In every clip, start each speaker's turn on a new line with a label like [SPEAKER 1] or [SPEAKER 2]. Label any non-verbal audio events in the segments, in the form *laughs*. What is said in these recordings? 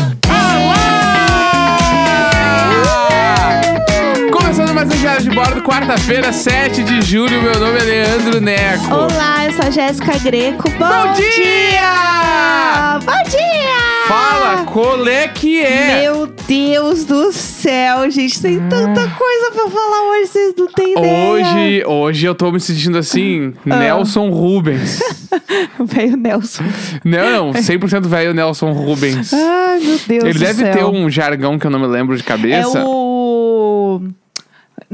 [SPEAKER 1] um Bordo, quarta-feira, 7 de julho. Meu nome é Leandro Neco.
[SPEAKER 2] Olá, eu sou a Jéssica Greco. Bom,
[SPEAKER 1] Bom dia!
[SPEAKER 2] Bom dia!
[SPEAKER 1] Fala, qual é que é? Hum.
[SPEAKER 2] Meu Deus do céu, gente, tem tanta coisa pra falar hoje, vocês não têm ideia.
[SPEAKER 1] Hoje, hoje eu tô me sentindo assim,
[SPEAKER 2] Ah.
[SPEAKER 1] Nelson Rubens.
[SPEAKER 2] *laughs* Veio Nelson. *laughs*
[SPEAKER 1] Não, não, 100% velho Nelson Rubens.
[SPEAKER 2] Ai, meu Deus
[SPEAKER 1] Ele
[SPEAKER 2] do
[SPEAKER 1] deve
[SPEAKER 2] céu.
[SPEAKER 1] ter um jargão que eu não me lembro de
[SPEAKER 2] É
[SPEAKER 1] cabeça.
[SPEAKER 2] o...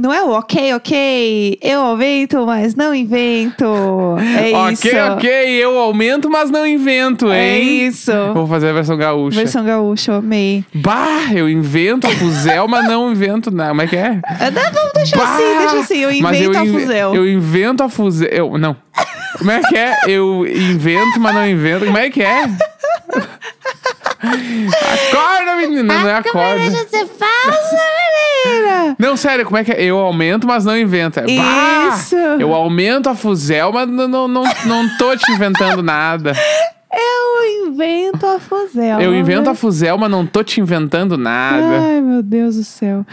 [SPEAKER 2] Não é o ok, ok, eu aumento, mas não invento. É isso.
[SPEAKER 1] ok, ok, eu aumento, mas não invento,
[SPEAKER 2] É
[SPEAKER 1] hein?
[SPEAKER 2] isso.
[SPEAKER 1] Vou fazer a versão gaúcha.
[SPEAKER 2] Versão gaúcha, eu amei.
[SPEAKER 1] Bah, eu invento a fuzel, mas não invento nada. Como é que é?
[SPEAKER 2] Ah, não, vamos deixar
[SPEAKER 1] Bah!
[SPEAKER 2] assim, deixa assim. Eu
[SPEAKER 1] Mas
[SPEAKER 2] invento a
[SPEAKER 1] inve-
[SPEAKER 2] fuzel.
[SPEAKER 1] Eu invento a fuzel. Eu, não. Como é que é? Eu invento, mas não invento. Como é que é? Acorda, menina. Não é
[SPEAKER 2] Ah,
[SPEAKER 1] acorda.
[SPEAKER 2] você falsa, menina.
[SPEAKER 1] Não, sério, como é que é? Eu aumento, mas não invento. É, bah!
[SPEAKER 2] Isso.
[SPEAKER 1] Eu aumento a fuzel, mas não, não, não, não tô te inventando nada.
[SPEAKER 2] Eu invento a fuzel.
[SPEAKER 1] Eu invento a fuzel, mas não tô te inventando nada.
[SPEAKER 2] Ai, meu Deus do céu.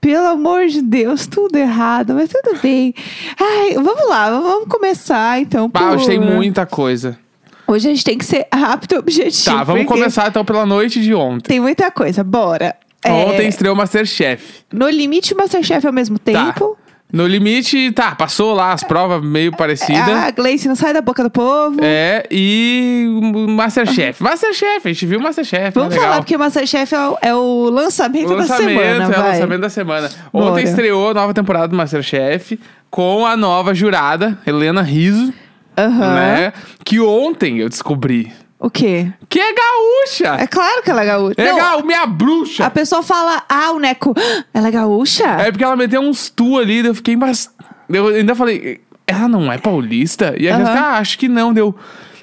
[SPEAKER 2] Pelo amor de Deus, tudo errado, mas tudo bem. Ai, vamos lá, vamos começar então.
[SPEAKER 1] Bah, hoje tem
[SPEAKER 2] por-
[SPEAKER 1] muita coisa.
[SPEAKER 2] Hoje a gente tem que ser rápido Tipo, e objetivo.
[SPEAKER 1] Tá, vamos
[SPEAKER 2] porque
[SPEAKER 1] começar então pela noite de ontem.
[SPEAKER 2] Tem muita coisa, bora. É,
[SPEAKER 1] Ontem estreou Masterchef.
[SPEAKER 2] No limite, o Masterchef é ao mesmo
[SPEAKER 1] Tá.
[SPEAKER 2] tempo. É,
[SPEAKER 1] No limite, tá, passou lá as provas meio parecidas.
[SPEAKER 2] A Gleice não sai da boca do povo.
[SPEAKER 1] É, e o Masterchef. Masterchef, a gente viu o Masterchef.
[SPEAKER 2] Vamos
[SPEAKER 1] né? Legal.
[SPEAKER 2] falar, porque o Masterchef é o, é o lançamento,
[SPEAKER 1] o lançamento,
[SPEAKER 2] da semana.
[SPEAKER 1] é o
[SPEAKER 2] vai.
[SPEAKER 1] lançamento da semana.
[SPEAKER 2] Bora.
[SPEAKER 1] Ontem estreou a nova temporada do Masterchef com a nova jurada, Helena Riso,
[SPEAKER 2] Aham.
[SPEAKER 1] né? Que ontem eu descobri
[SPEAKER 2] O quê?
[SPEAKER 1] que é gaúcha.
[SPEAKER 2] É claro que ela é gaúcha.
[SPEAKER 1] É,
[SPEAKER 2] Não,
[SPEAKER 1] gaúcha, minha bruxa.
[SPEAKER 2] A pessoa fala, ah, o Neco, *gasps* ela é gaúcha?
[SPEAKER 1] É porque ela meteu uns tu ali, daí eu fiquei, mas. Eu ainda falei, ela não é paulista? E a
[SPEAKER 2] Aham.
[SPEAKER 1] Jéssica, ah, acho que não, deu.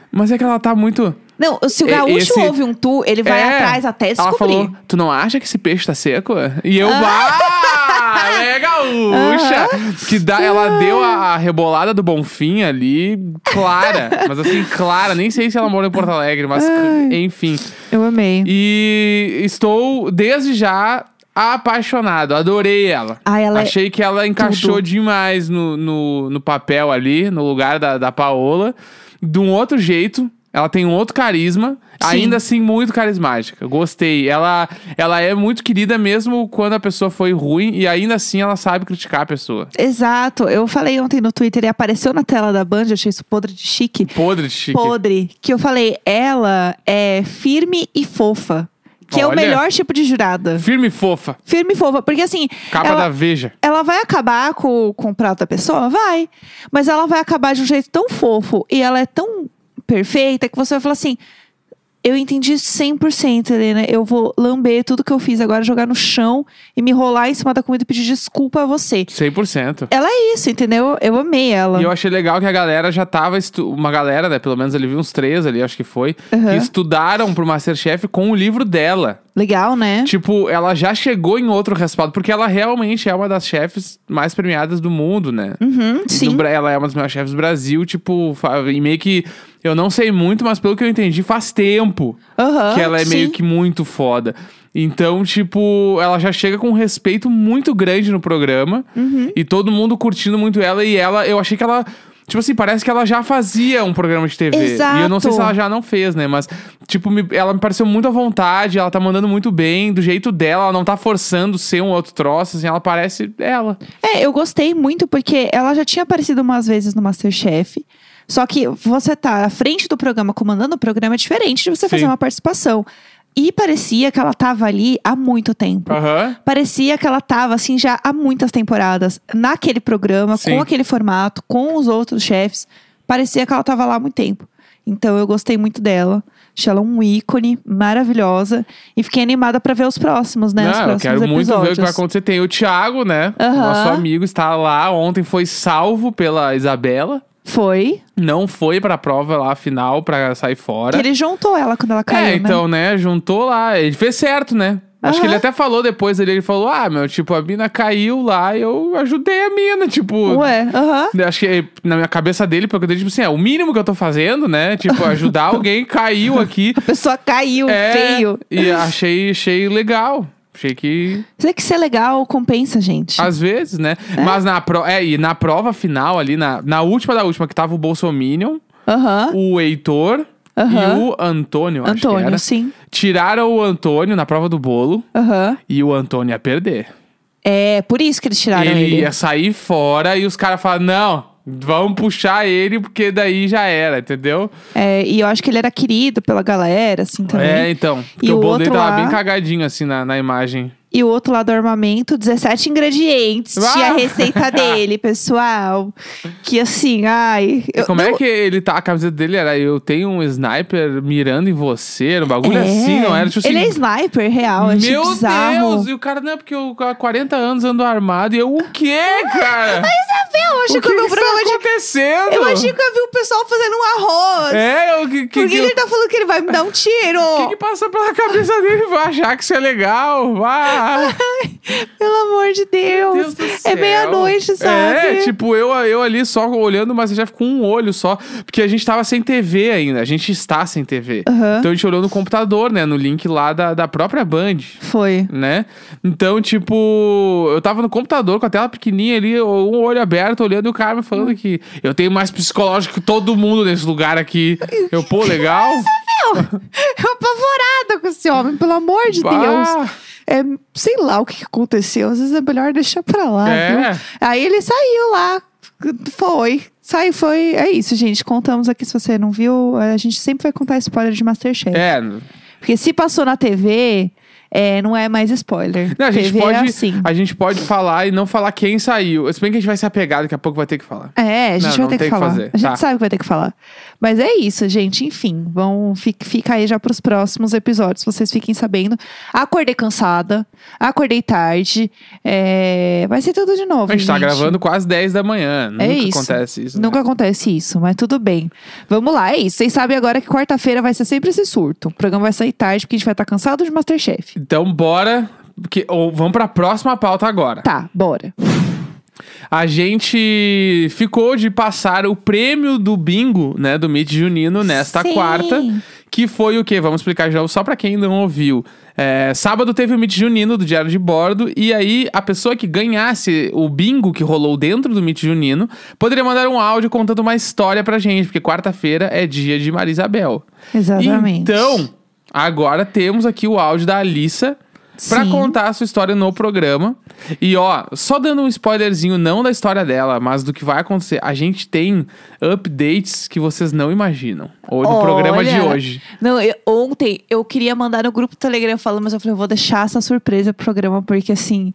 [SPEAKER 1] Mas é que ela tá muito.
[SPEAKER 2] Não, se o
[SPEAKER 1] É,
[SPEAKER 2] gaúcho
[SPEAKER 1] esse-
[SPEAKER 2] ouve um tu, ele vai
[SPEAKER 1] É.
[SPEAKER 2] atrás até descobrir.
[SPEAKER 1] Ela falou, tu não acha que esse peixe tá seco? E eu,
[SPEAKER 2] *laughs*
[SPEAKER 1] ah, ela é gaúcha. Que dá, ela deu a, a rebolada do Bonfim ali, clara. mas assim, clara, nem sei se ela mora em Porto Alegre, mas enfim.
[SPEAKER 2] Eu amei.
[SPEAKER 1] E estou, desde já, apaixonado. Adorei ela.
[SPEAKER 2] Ah, ela é
[SPEAKER 1] Achei que ela encaixou
[SPEAKER 2] tudo.
[SPEAKER 1] demais no, no, no papel ali, no lugar da, da Paola. De um outro jeito. Ela tem um outro carisma.
[SPEAKER 2] Sim.
[SPEAKER 1] Ainda assim, muito carismática. Gostei. Ela, ela é muito querida mesmo quando a pessoa foi ruim. E ainda assim, ela sabe criticar a pessoa.
[SPEAKER 2] Exato. Eu falei ontem no Twitter e apareceu na tela da Band, eu achei isso podre de chique.
[SPEAKER 1] Podre de chique.
[SPEAKER 2] Podre. Que eu falei, ela é firme e fofa. Que é o
[SPEAKER 1] Olha.
[SPEAKER 2] melhor tipo de jurada.
[SPEAKER 1] Firme e fofa.
[SPEAKER 2] Firme e fofa. Porque assim.
[SPEAKER 1] Capa
[SPEAKER 2] ela-
[SPEAKER 1] da Veja.
[SPEAKER 2] Ela vai acabar com, com o prato da pessoa? Vai. Mas ela vai acabar de um jeito tão fofo e ela é tão perfeita que você vai falar assim: eu entendi 100%, Helena. Eu vou lamber tudo que eu fiz agora, jogar no chão e me rolar em cima da comida e pedir desculpa a você.
[SPEAKER 1] 100%.
[SPEAKER 2] Ela é isso, entendeu? Eu amei ela.
[SPEAKER 1] E eu achei legal que a galera já tava. estu- Uma galera, né? Pelo menos ali vi uns três ali, acho que foi. Que
[SPEAKER 2] Uhum.
[SPEAKER 1] estudaram pro Masterchef com o livro dela.
[SPEAKER 2] Legal, né?
[SPEAKER 1] Tipo, ela já chegou em outro respaldo, porque ela realmente é uma das chefes mais premiadas do mundo, né?
[SPEAKER 2] Uhum,
[SPEAKER 1] E no
[SPEAKER 2] sim.
[SPEAKER 1] Bra- ela é uma das melhores chefes do Brasil, tipo, fa- e meio que. Eu não sei muito, mas pelo que eu entendi, faz tempo
[SPEAKER 2] Aham,
[SPEAKER 1] que ela é meio
[SPEAKER 2] sim.
[SPEAKER 1] que muito foda. Então, tipo, ela já chega com um respeito muito grande no programa.
[SPEAKER 2] Uhum.
[SPEAKER 1] E todo mundo curtindo muito ela. E ela, eu achei que ela. Tipo assim, parece que ela já fazia um programa de TV. E eu não sei
[SPEAKER 2] Exato.
[SPEAKER 1] se ela já não fez, né? Mas, tipo, me- ela me pareceu muito à vontade, ela tá mandando muito bem, do jeito dela, ela não tá forçando ser um outro troço, assim, ela parece ela.
[SPEAKER 2] É, eu gostei muito porque ela já tinha aparecido umas vezes no Masterchef. Só que você tá à frente do programa, comandando o programa, é diferente de você fazer
[SPEAKER 1] Sim.
[SPEAKER 2] uma participação. E parecia que ela tava ali há muito tempo.
[SPEAKER 1] Aham.
[SPEAKER 2] Parecia que ela tava, assim, já há muitas temporadas naquele programa,
[SPEAKER 1] Sim.
[SPEAKER 2] com aquele formato, com os outros chefes. Parecia que ela tava lá há muito tempo. Então eu gostei muito dela. Achei ela um ícone, maravilhosa. E fiquei animada pra ver os próximos, né? os
[SPEAKER 1] Não, eu
[SPEAKER 2] próximos
[SPEAKER 1] quero
[SPEAKER 2] episódios.
[SPEAKER 1] muito ver o que vai acontecer. Tem o Thiago, né?
[SPEAKER 2] Aham.
[SPEAKER 1] Nosso amigo está lá. Ontem foi salvo pela Isabela.
[SPEAKER 2] Foi.
[SPEAKER 1] Não foi pra prova lá final pra sair fora.
[SPEAKER 2] Que ele juntou ela quando ela caiu.
[SPEAKER 1] é,
[SPEAKER 2] né?
[SPEAKER 1] então, né? Juntou lá. Ele fez certo, né? Acho que
[SPEAKER 2] Aham.
[SPEAKER 1] ele até falou depois ali, ele falou: Ah, meu, tipo, a mina caiu lá, eu ajudei a mina, *laughs* tipo.
[SPEAKER 2] Ué, aham.
[SPEAKER 1] Acho que na minha cabeça dele, porque eu dei, tipo assim, é o mínimo que eu tô fazendo, né? Tipo,
[SPEAKER 2] *laughs*
[SPEAKER 1] ajudar alguém, caiu aqui.
[SPEAKER 2] A pessoa caiu,
[SPEAKER 1] É,
[SPEAKER 2] feio.
[SPEAKER 1] E achei, achei legal. Achei que.
[SPEAKER 2] Você é que ser legal compensa, gente.
[SPEAKER 1] Às vezes, né?
[SPEAKER 2] É.
[SPEAKER 1] Mas na, pro... é, e na prova final ali, na, na última da última, que tava o Bolsominion,
[SPEAKER 2] Aham.
[SPEAKER 1] o Heitor
[SPEAKER 2] Aham.
[SPEAKER 1] e o Antônio, acho que
[SPEAKER 2] Antônio,
[SPEAKER 1] era.
[SPEAKER 2] sim.
[SPEAKER 1] Tiraram o Antônio na prova do bolo
[SPEAKER 2] Aham.
[SPEAKER 1] e o Antônio ia perder.
[SPEAKER 2] É, por isso que eles tiraram
[SPEAKER 1] ele,
[SPEAKER 2] ele.
[SPEAKER 1] ia sair fora e os caras falaram: não, vamos puxar ele, porque daí já era, entendeu?
[SPEAKER 2] É, e eu acho que ele era querido pela galera, assim, também.
[SPEAKER 1] É, então. Porque
[SPEAKER 2] E
[SPEAKER 1] o
[SPEAKER 2] o
[SPEAKER 1] bolo dele
[SPEAKER 2] outro
[SPEAKER 1] tava
[SPEAKER 2] lá-
[SPEAKER 1] bem cagadinho, assim, na, na imagem.
[SPEAKER 2] E o outro lado do armamento, 17 ingredientes.
[SPEAKER 1] Ah!
[SPEAKER 2] Tinha a
[SPEAKER 1] *laughs*
[SPEAKER 2] receita dele, pessoal. Que assim, ai. Eu,
[SPEAKER 1] Como é
[SPEAKER 2] não-
[SPEAKER 1] que ele tá? A camiseta dele era eu tenho um sniper mirando em você, um bagulho
[SPEAKER 2] É.
[SPEAKER 1] assim, não era? Tipo assim,
[SPEAKER 2] Ele é sniper real, achei
[SPEAKER 1] Meu
[SPEAKER 2] bizarro.
[SPEAKER 1] Deus! E o cara, não, é porque eu há 40 anos ando armado. E eu, o quê,
[SPEAKER 2] *laughs*
[SPEAKER 1] cara?
[SPEAKER 2] Eu achei
[SPEAKER 1] o
[SPEAKER 2] que,
[SPEAKER 1] que,
[SPEAKER 2] eu vi um
[SPEAKER 1] que
[SPEAKER 2] programa
[SPEAKER 1] tá
[SPEAKER 2] de.
[SPEAKER 1] acontecendo?
[SPEAKER 2] Eu achei que eu vi o pessoal fazendo um arroz.
[SPEAKER 1] É, o que, que,
[SPEAKER 2] Por que,
[SPEAKER 1] que,
[SPEAKER 2] ele tá falando que ele vai me dar um tiro?
[SPEAKER 1] o *laughs* que que passa pela cabeça dele? Vai achar que isso é legal. Vai.
[SPEAKER 2] Pelo amor de Deus.
[SPEAKER 1] Deus do
[SPEAKER 2] Ah, é
[SPEAKER 1] céu.
[SPEAKER 2] meia-noite, sabe?
[SPEAKER 1] É, tipo, eu, eu ali só olhando, mas eu já ficou um olho só. Porque a gente tava sem TV ainda. A gente está sem TV.
[SPEAKER 2] Aham.
[SPEAKER 1] Então a gente olhou no computador, né? No link lá da, da própria Band.
[SPEAKER 2] Foi.
[SPEAKER 1] Né? Então, tipo, eu tava no computador com a tela pequenininha ali, um olho aberto, olhando e o cara me falando que eu tenho mais psicológico que todo mundo nesse lugar aqui. Eu, pô, legal.
[SPEAKER 2] Eu, eu apavorada com esse homem, pelo amor de
[SPEAKER 1] Bah.
[SPEAKER 2] Deus. É, sei lá o que que aconteceu. Às vezes é melhor deixar pra lá.
[SPEAKER 1] É.
[SPEAKER 2] viu? Aí ele saiu lá. Foi. Saiu, foi. É isso, gente. Contamos aqui. Se você não viu, a gente sempre vai contar spoiler de Masterchef.
[SPEAKER 1] É.
[SPEAKER 2] Porque se passou na TV, é, não é mais spoiler.
[SPEAKER 1] Não, a, gente
[SPEAKER 2] TV
[SPEAKER 1] pode,
[SPEAKER 2] é assim.
[SPEAKER 1] a gente pode falar e não falar quem saiu. Se bem que a gente vai se apegar, daqui a pouco vai ter que falar.
[SPEAKER 2] É, a gente
[SPEAKER 1] Não,
[SPEAKER 2] vai
[SPEAKER 1] não
[SPEAKER 2] ter
[SPEAKER 1] tem
[SPEAKER 2] que
[SPEAKER 1] o que
[SPEAKER 2] falar.
[SPEAKER 1] fazer,
[SPEAKER 2] A gente
[SPEAKER 1] tá.
[SPEAKER 2] sabe que vai ter que falar. Mas é isso, gente. Enfim, vão, fi- fica aí já pros próximos episódios. Vocês fiquem sabendo. Acordei cansada, acordei tarde. é, Vai ser tudo de novo.
[SPEAKER 1] A gente tá
[SPEAKER 2] gente.
[SPEAKER 1] gravando quase 10 da manhã. Nunca
[SPEAKER 2] É isso.
[SPEAKER 1] acontece isso. né?
[SPEAKER 2] Nunca acontece isso, mas tudo bem. Vamos lá, é isso. Vocês sabem agora que quarta-feira vai ser sempre esse surto. O programa vai sair tarde porque a gente vai estar cansado de Masterchef.
[SPEAKER 1] Então, bora. Porque, ou, vamos pra próxima pauta agora.
[SPEAKER 2] Tá, bora.
[SPEAKER 1] A gente ficou de passar o prêmio do bingo, né, do Meet Junino nesta
[SPEAKER 2] Sim.
[SPEAKER 1] quarta, que foi o quê? Vamos explicar de novo só pra quem não ouviu. É, sábado teve o Meet Junino do Diário de Bordo e aí a pessoa que ganhasse o bingo que rolou dentro do Meet Junino poderia mandar um áudio contando uma história pra gente, porque quarta-feira é dia de Maria Isabel.
[SPEAKER 2] Exatamente.
[SPEAKER 1] Então, agora temos aqui o áudio da Alissa pra
[SPEAKER 2] Sim.
[SPEAKER 1] contar a sua história no programa. E ó, só dando um spoilerzinho, não da história dela, mas do que vai acontecer. A gente tem updates que vocês não imaginam. Ou no programa de
[SPEAKER 2] Olha,
[SPEAKER 1] hoje.
[SPEAKER 2] Não, eu- ontem eu queria mandar no grupo do Telegram falando, mas eu falei, eu vou deixar essa surpresa pro programa, porque assim,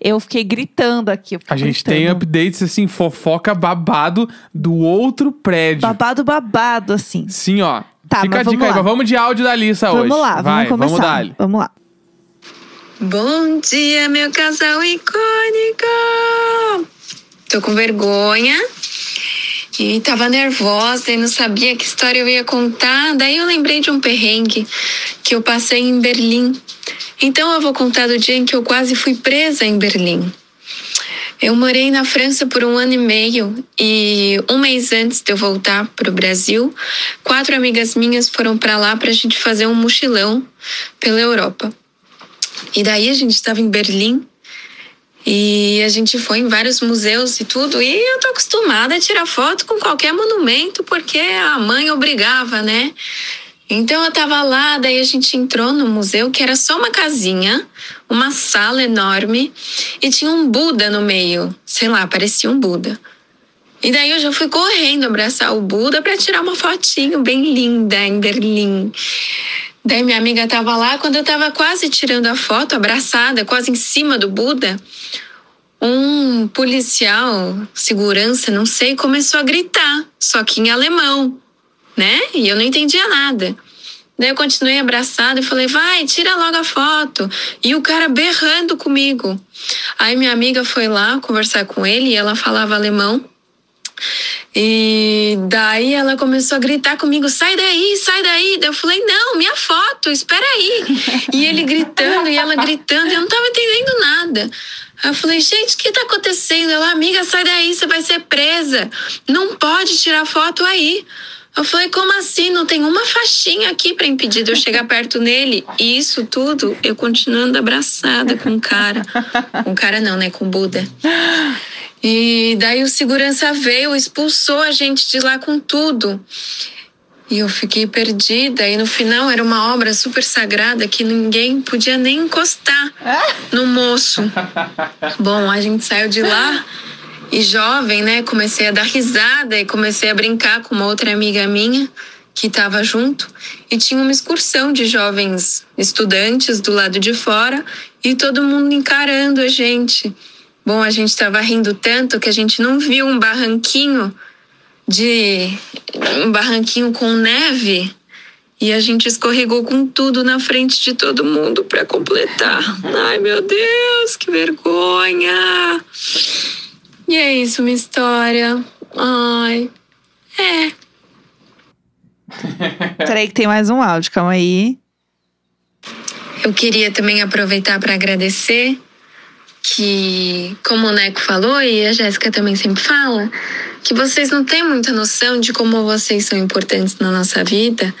[SPEAKER 2] eu fiquei gritando aqui. eu
[SPEAKER 1] A
[SPEAKER 2] fiquei
[SPEAKER 1] gente tem
[SPEAKER 2] gritando.
[SPEAKER 1] updates, assim, fofoca babado do outro prédio.
[SPEAKER 2] Babado, babado, assim.
[SPEAKER 1] Sim, ó.
[SPEAKER 2] Tá,
[SPEAKER 1] Fica
[SPEAKER 2] mas
[SPEAKER 1] a
[SPEAKER 2] vamos
[SPEAKER 1] dica aí,
[SPEAKER 2] lá.
[SPEAKER 1] mas vamos de áudio da Alissa hoje.
[SPEAKER 2] Vamos lá,
[SPEAKER 1] Vai,
[SPEAKER 2] vamos
[SPEAKER 1] Vamos
[SPEAKER 2] começar.
[SPEAKER 1] dar *laughs*
[SPEAKER 2] lá.
[SPEAKER 3] Bom dia, meu casal icônico! Tô com vergonha e tava nervosa e não sabia que história eu ia contar. Daí eu lembrei de um perrengue que eu passei em Berlim. Então eu vou contar do dia em que eu quase fui presa em Berlim. Eu morei na França por um ano e meio e um mês antes de eu voltar para o Brasil, quatro amigas minhas foram para lá para a gente fazer um mochilão pela Europa. E daí a gente estava em Berlim e a gente foi em vários museus e tudo. E eu tô acostumada a tirar foto com qualquer monumento porque a mãe obrigava, né? Então eu tava lá, daí a gente entrou no museu que era só uma casinha, uma sala enorme e tinha um Buda no meio. Sei lá, parecia um Buda. E daí eu já fui correndo abraçar o Buda para tirar uma fotinho bem linda em Berlim. Daí minha amiga tava lá, quando eu tava quase tirando a foto, abraçada, quase em cima do Buda, um policial, segurança, não sei, começou a gritar, só que em alemão, né? E eu não entendia nada. Daí eu continuei abraçada e falei, vai, tira logo a foto. E o cara berrando comigo. Aí minha amiga foi lá conversar com ele e ela falava alemão. E daí ela começou a gritar comigo: sai daí, sai daí. Daí eu falei: não, minha foto, espera aí. E ele gritando e ela gritando, eu não tava entendendo nada. Aí eu falei: gente, o que tá acontecendo? Ela, amiga, sai daí, você vai ser presa. Não pode tirar foto aí. Eu falei, como assim? Não tem uma faixinha aqui para impedir de eu chegar perto nele. E isso tudo, eu continuando abraçada com o cara. Com o cara não, né? Com o Buda. E daí o segurança veio, expulsou a gente de lá com tudo. E eu fiquei perdida. E no final era uma obra super sagrada que ninguém podia nem encostar no moço. Bom, a gente saiu de lá e jovem, né? Comecei a dar risada e comecei a brincar com uma outra amiga minha que estava junto. E tinha uma excursão de jovens estudantes do lado de fora e todo mundo encarando a gente. Bom, a gente estava rindo tanto que a gente não viu um barranquinho de um barranquinho com neve e a gente escorregou com tudo na frente de todo mundo para completar. Ai, meu Deus, que vergonha! E é isso, minha história. Ai. É.
[SPEAKER 2] Peraí que tem mais um áudio, calma aí.
[SPEAKER 3] Eu queria também aproveitar para agradecer que, como o Neco falou e a Jéssica também sempre fala, que vocês não têm muita noção de como vocês são importantes na nossa vida,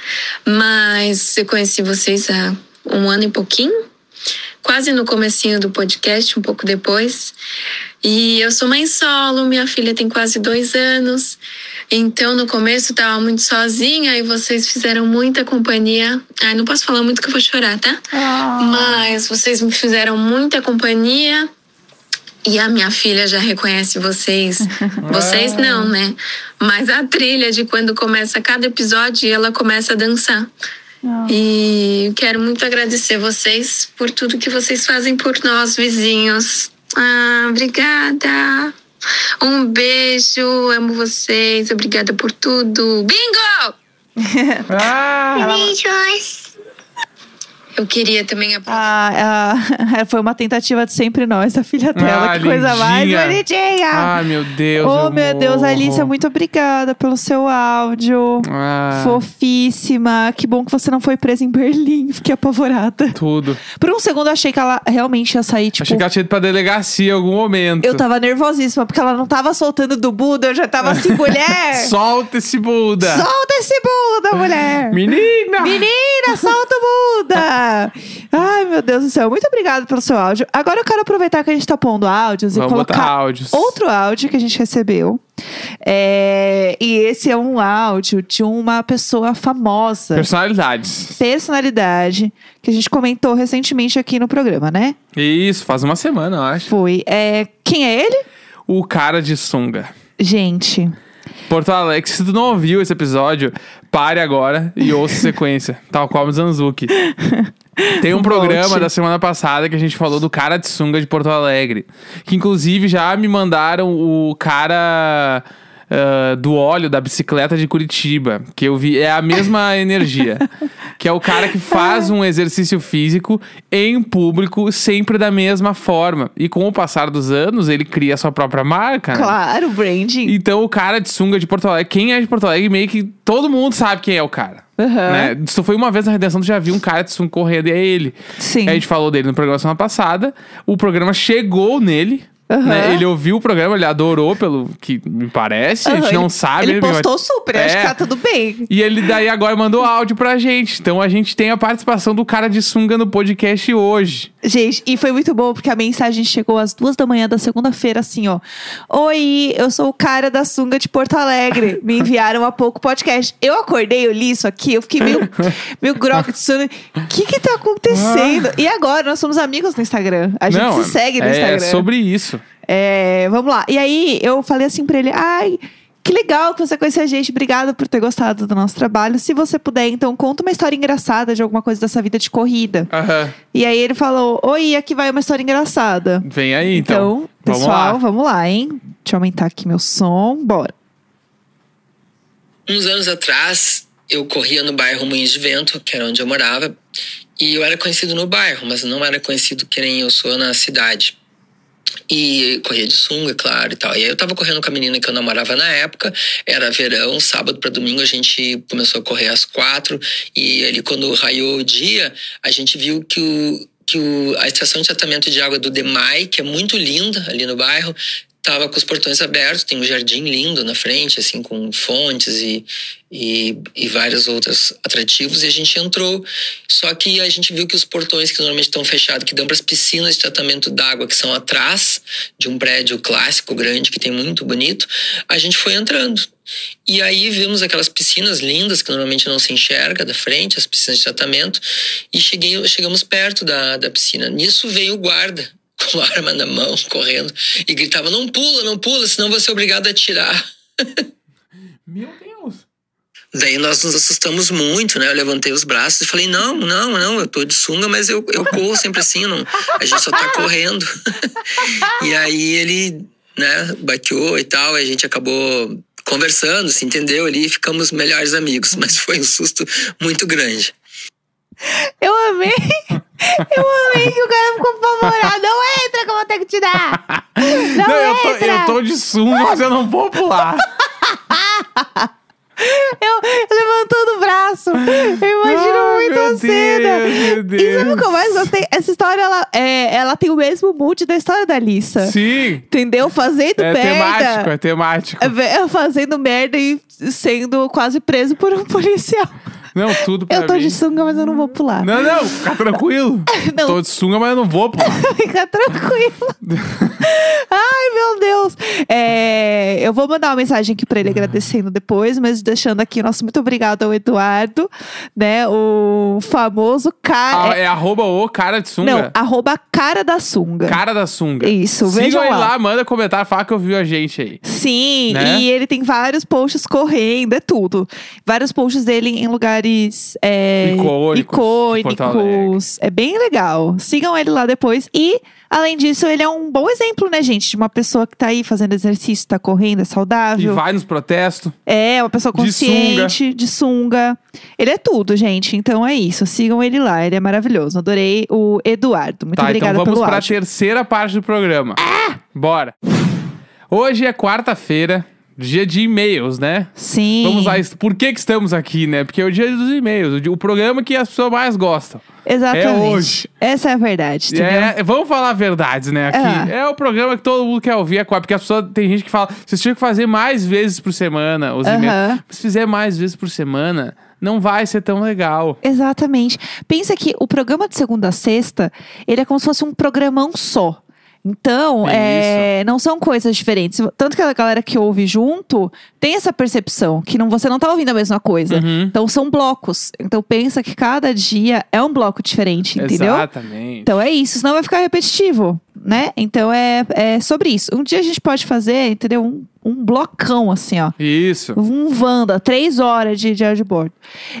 [SPEAKER 3] mas eu conheci vocês há um ano e pouquinho, quase no comecinho do podcast, um pouco depois. E eu sou mãe solo, minha filha tem quase dois anos, então no começo estava muito sozinha e vocês fizeram muita companhia. Ai, não posso falar muito que eu vou chorar, tá? Mas vocês me fizeram muita companhia. E a minha filha já reconhece vocês. Vocês não, né? Mas a trilha de quando começa cada episódio e ela começa a dançar. E quero muito agradecer vocês por tudo que vocês fazem por nós, vizinhos. Ah, obrigada. Um beijo, amo vocês. Obrigada por tudo. Bingo!
[SPEAKER 1] Ah,
[SPEAKER 4] Beijos.
[SPEAKER 3] Eu queria também aproveitar.
[SPEAKER 2] Ah, ah, *laughs* foi uma tentativa de sempre nós, a filha dela.
[SPEAKER 1] Ah,
[SPEAKER 2] que coisa mais
[SPEAKER 1] lindinha.
[SPEAKER 2] bonitinha.
[SPEAKER 1] ah, meu Deus.
[SPEAKER 2] oh,
[SPEAKER 1] eu
[SPEAKER 2] meu Deus,
[SPEAKER 1] morro.
[SPEAKER 2] Alice, muito obrigada pelo seu áudio.
[SPEAKER 1] Ah,
[SPEAKER 2] Fofíssima. Que bom que você não foi presa em Berlim. Fiquei apavorada.
[SPEAKER 1] Tudo.
[SPEAKER 2] Por um segundo, eu achei que ela realmente ia sair, tipo.
[SPEAKER 1] Achei que ela tinha ido pra delegacia em algum momento.
[SPEAKER 2] Eu tava nervosíssima, porque ela não tava soltando do Buda, eu já
[SPEAKER 1] *laughs*
[SPEAKER 2] tava assim, mulher!
[SPEAKER 1] Solta esse Buda.
[SPEAKER 2] solta esse Buda, mulher!
[SPEAKER 1] Menina!
[SPEAKER 2] Menina, solta o Buda! Ai, meu Deus do céu, muito obrigada pelo seu áudio. Agora eu quero aproveitar que a gente tá pondo áudios e
[SPEAKER 1] Vamos
[SPEAKER 2] colocar
[SPEAKER 1] botar áudios.
[SPEAKER 2] outro áudio que a gente recebeu. É, E esse é um áudio de uma pessoa famosa,
[SPEAKER 1] Personalidades.
[SPEAKER 2] personalidade, que a gente comentou recentemente aqui no programa, né?
[SPEAKER 1] Isso, faz uma semana, eu acho.
[SPEAKER 2] Foi. É... Quem é ele?
[SPEAKER 1] O cara de sunga.
[SPEAKER 2] Gente.
[SPEAKER 1] Porto Alegre, se tu não ouviu esse episódio, pare agora e ouça a sequência. tal qual o Mizanzuki. Tem um programa
[SPEAKER 2] Volte.
[SPEAKER 1] da semana passada que a gente falou do cara de sunga de Porto Alegre. Que inclusive já me mandaram o cara ah, do óleo da bicicleta de Curitiba. Que eu vi. É a
[SPEAKER 2] *laughs*
[SPEAKER 1] mesma energia. Que é o cara que faz um exercício físico em público sempre da mesma forma. E com o passar dos anos, ele cria a sua própria marca. né?
[SPEAKER 2] Claro, branding.
[SPEAKER 1] Então o cara de sunga de Porto Alegre, quem é de Porto Alegre, meio que todo mundo sabe quem é o cara.
[SPEAKER 2] Aham.
[SPEAKER 1] Né? Se tu foi uma vez na redenção, tu já viu um cara de sunga correndo e é ele.
[SPEAKER 2] Sim.
[SPEAKER 1] Aí a gente falou dele no programa semana passada. O programa chegou nele.
[SPEAKER 2] Aham.
[SPEAKER 1] né? Ele ouviu o programa, ele adorou, pelo que me parece. a
[SPEAKER 2] Aham,
[SPEAKER 1] gente não
[SPEAKER 2] ele-
[SPEAKER 1] sabe.
[SPEAKER 2] Ele
[SPEAKER 1] né, mas-
[SPEAKER 2] postou super, acho
[SPEAKER 1] É.
[SPEAKER 2] que tá tudo bem.
[SPEAKER 1] E ele daí agora mandou áudio pra gente. Então a gente tem a participação do cara de sunga no podcast hoje.
[SPEAKER 2] Gente, e foi muito bom porque a mensagem chegou às duas da manhã da segunda-feira, assim, ó. Oi, eu sou o cara da sunga de
[SPEAKER 1] *laughs*
[SPEAKER 2] Porto Alegre. Me enviaram há pouco podcast. Eu acordei, eu li isso aqui, eu
[SPEAKER 1] *laughs*
[SPEAKER 2] fiquei meio, meio grogue de sono. O que que tá acontecendo? E agora, nós somos amigos no Instagram. A gente
[SPEAKER 1] Ah. Não,
[SPEAKER 2] se segue no
[SPEAKER 1] é
[SPEAKER 2] Instagram.
[SPEAKER 1] sobre isso.
[SPEAKER 2] É, vamos lá. E aí, eu falei assim pra ele: ai, que legal que você conheceu a gente. Obrigada por ter gostado do nosso trabalho. Se você puder, então, conta uma história engraçada de alguma coisa dessa vida de corrida.
[SPEAKER 1] Aham.
[SPEAKER 2] E aí ele falou: oi, aqui vai uma história engraçada.
[SPEAKER 1] Vem aí, então.
[SPEAKER 2] Então,
[SPEAKER 1] Vamos lá.
[SPEAKER 2] pessoal, vamos lá, hein? Deixa eu aumentar aqui meu som. Bora.
[SPEAKER 5] Uns anos atrás, eu corria no bairro Moinhos de Vento, que era onde eu morava, e eu era conhecido no bairro, mas não era conhecido que nem eu sou na cidade. E corria de sunga, claro, e tal. E aí eu tava correndo com a menina que eu namorava na época, era verão, sábado pra domingo a gente começou a correr às quatro, e ali quando raiou o dia, a gente viu que o que o- a estação de tratamento de água do Demai, que é muito linda ali no bairro, tava com os portões abertos, tem um jardim lindo na frente, assim, com fontes e, e, e vários outros atrativos, e a gente entrou. Só que a gente viu que os portões que normalmente estão fechados, que dão para as piscinas de tratamento d'água, que são atrás de um prédio clássico grande, que tem muito bonito, a gente foi entrando. E aí vimos aquelas piscinas lindas que normalmente não se enxerga da frente, as piscinas de tratamento, e cheguei, chegamos perto da, da piscina. Nisso veio o guarda *laughs* com a arma na mão, correndo, e gritava: Não pula, não pula, senão você é obrigado a tirar.
[SPEAKER 1] Meu Deus.
[SPEAKER 5] Daí nós nos assustamos muito, né? Eu levantei os braços e falei: Não, não, não, eu tô de sunga, mas eu, eu corro sempre assim, não, a gente só tá correndo. *laughs* e aí ele, né, baqueou e tal, e a gente acabou conversando, se entendeu ali e ficamos melhores amigos, mas foi um susto muito grande.
[SPEAKER 2] Eu amei. *laughs* Eu amei que o cara ficou apavorado. Não entra que eu vou ter que tirar. Não,
[SPEAKER 1] eu, tô,
[SPEAKER 2] entra.
[SPEAKER 1] eu tô de sunga, mas eu não vou pular.
[SPEAKER 2] *laughs* Eu levantando o braço. Eu imagino
[SPEAKER 1] Ah,
[SPEAKER 2] muito
[SPEAKER 1] meu
[SPEAKER 2] a
[SPEAKER 1] Deus,
[SPEAKER 2] cena.
[SPEAKER 1] meu
[SPEAKER 2] E sabe o que eu
[SPEAKER 1] Deus.
[SPEAKER 2] mais gostei? Essa história, ela, é, ela tem o mesmo mood da história da Lissa.
[SPEAKER 1] Sim.
[SPEAKER 2] Entendeu? Fazendo
[SPEAKER 1] É temático,
[SPEAKER 2] merda.
[SPEAKER 1] é temático.
[SPEAKER 2] Ve- é Fazendo merda e sendo quase preso por um *laughs* policial.
[SPEAKER 1] Não, tudo pra
[SPEAKER 2] Eu tô
[SPEAKER 1] mim.
[SPEAKER 2] de sunga, mas eu não vou pular.
[SPEAKER 1] Não, não, fica tranquilo.
[SPEAKER 2] *laughs* Não.
[SPEAKER 1] Tô de sunga, mas eu não
[SPEAKER 2] *laughs*
[SPEAKER 1] vou pular. *laughs*
[SPEAKER 2] Fica tranquilo. Ai, meu Deus. É, eu vou mandar uma mensagem aqui
[SPEAKER 1] Ah.
[SPEAKER 2] pra ele agradecendo depois, mas deixando aqui nosso muito obrigado ao Eduardo, né? O famoso
[SPEAKER 1] Ah,
[SPEAKER 2] cara.
[SPEAKER 1] é arroba o cara de sunga.
[SPEAKER 2] não, arroba cara da sunga.
[SPEAKER 1] Cara da sunga.
[SPEAKER 2] Isso,
[SPEAKER 1] Sigam
[SPEAKER 2] vejam
[SPEAKER 1] ele
[SPEAKER 2] lá.
[SPEAKER 1] lá, manda comentário, fala que ouviu a gente aí.
[SPEAKER 2] Sim,
[SPEAKER 1] Né?
[SPEAKER 2] e ele tem vários posts correndo, é tudo. Vários posts dele em lugares é,
[SPEAKER 1] Icônicos,
[SPEAKER 2] icônicos.
[SPEAKER 1] de Porto Alegre.
[SPEAKER 2] É bem legal. Sigam ele lá depois. E, além disso, ele é um bom exemplo, né, gente? De uma pessoa que tá aí fazendo exercício, tá correndo, é
[SPEAKER 1] E
[SPEAKER 2] saudável.
[SPEAKER 1] vai nos protestos.
[SPEAKER 2] É, uma pessoa
[SPEAKER 1] De
[SPEAKER 2] consciente, de sunga. Ele é tudo, gente. Então é isso. Sigam ele lá, ele é maravilhoso. Adorei o Eduardo. Muito
[SPEAKER 1] tá, então
[SPEAKER 2] obrigada
[SPEAKER 1] vamos
[SPEAKER 2] pelo
[SPEAKER 1] pra
[SPEAKER 2] áudio. Ah!
[SPEAKER 1] terceira parte do programa. Bora. Hoje é quarta-feira, dia de e-mails, né?
[SPEAKER 2] Sim.
[SPEAKER 1] Vamos lá, isso- por que, que estamos aqui, né? Porque é o dia dos e-mails, o di- o programa que as pessoas mais gostam.
[SPEAKER 2] Exatamente.
[SPEAKER 1] É hoje.
[SPEAKER 2] Essa é a verdade, entendeu?
[SPEAKER 1] É, vamos falar verdades, né? Aqui.
[SPEAKER 2] É.
[SPEAKER 1] É. o programa que todo mundo quer ouvir, é qual- porque as pessoas tem gente que fala, vocês tinham que fazer mais vezes por semana os e-mails.
[SPEAKER 2] Aham.
[SPEAKER 1] Se fizer mais vezes por semana, não vai ser tão legal.
[SPEAKER 2] Exatamente. Pensa que o programa de segunda a sexta, ele é como se fosse um programão só. Então,
[SPEAKER 1] É
[SPEAKER 2] é, não são coisas diferentes. Tanto que a galera que ouve junto tem essa percepção que não, você não tá ouvindo a mesma coisa.
[SPEAKER 1] Uhum.
[SPEAKER 2] Então são blocos. Então pensa que cada dia é um bloco diferente, entendeu?
[SPEAKER 1] Exatamente.
[SPEAKER 2] Então é isso, senão vai ficar repetitivo, né? Então é, é sobre isso. Um dia a gente pode fazer, entendeu? Um, um blocão, assim, ó.
[SPEAKER 1] Isso.
[SPEAKER 2] Um Wanda, três horas de diário de bordo.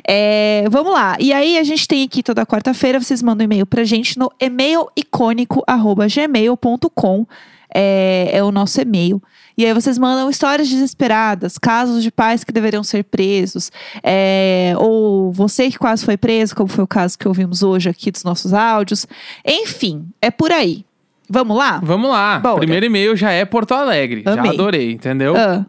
[SPEAKER 2] É, vamos lá. E aí, a gente tem aqui toda quarta-feira, vocês mandam e-mail pra gente no e-mailicônico.gmail.com. É, é o nosso e-mail. E aí vocês mandam histórias desesperadas, casos de pais que deveriam ser presos, é, ou você que quase foi preso, como foi o caso que ouvimos hoje aqui dos nossos áudios. Enfim, é por aí. Vamos lá?
[SPEAKER 1] Vamos lá.
[SPEAKER 2] Bora.
[SPEAKER 1] Primeiro e-mail já é Porto Alegre. Já
[SPEAKER 2] Amei.
[SPEAKER 1] adorei, entendeu?
[SPEAKER 2] Ah,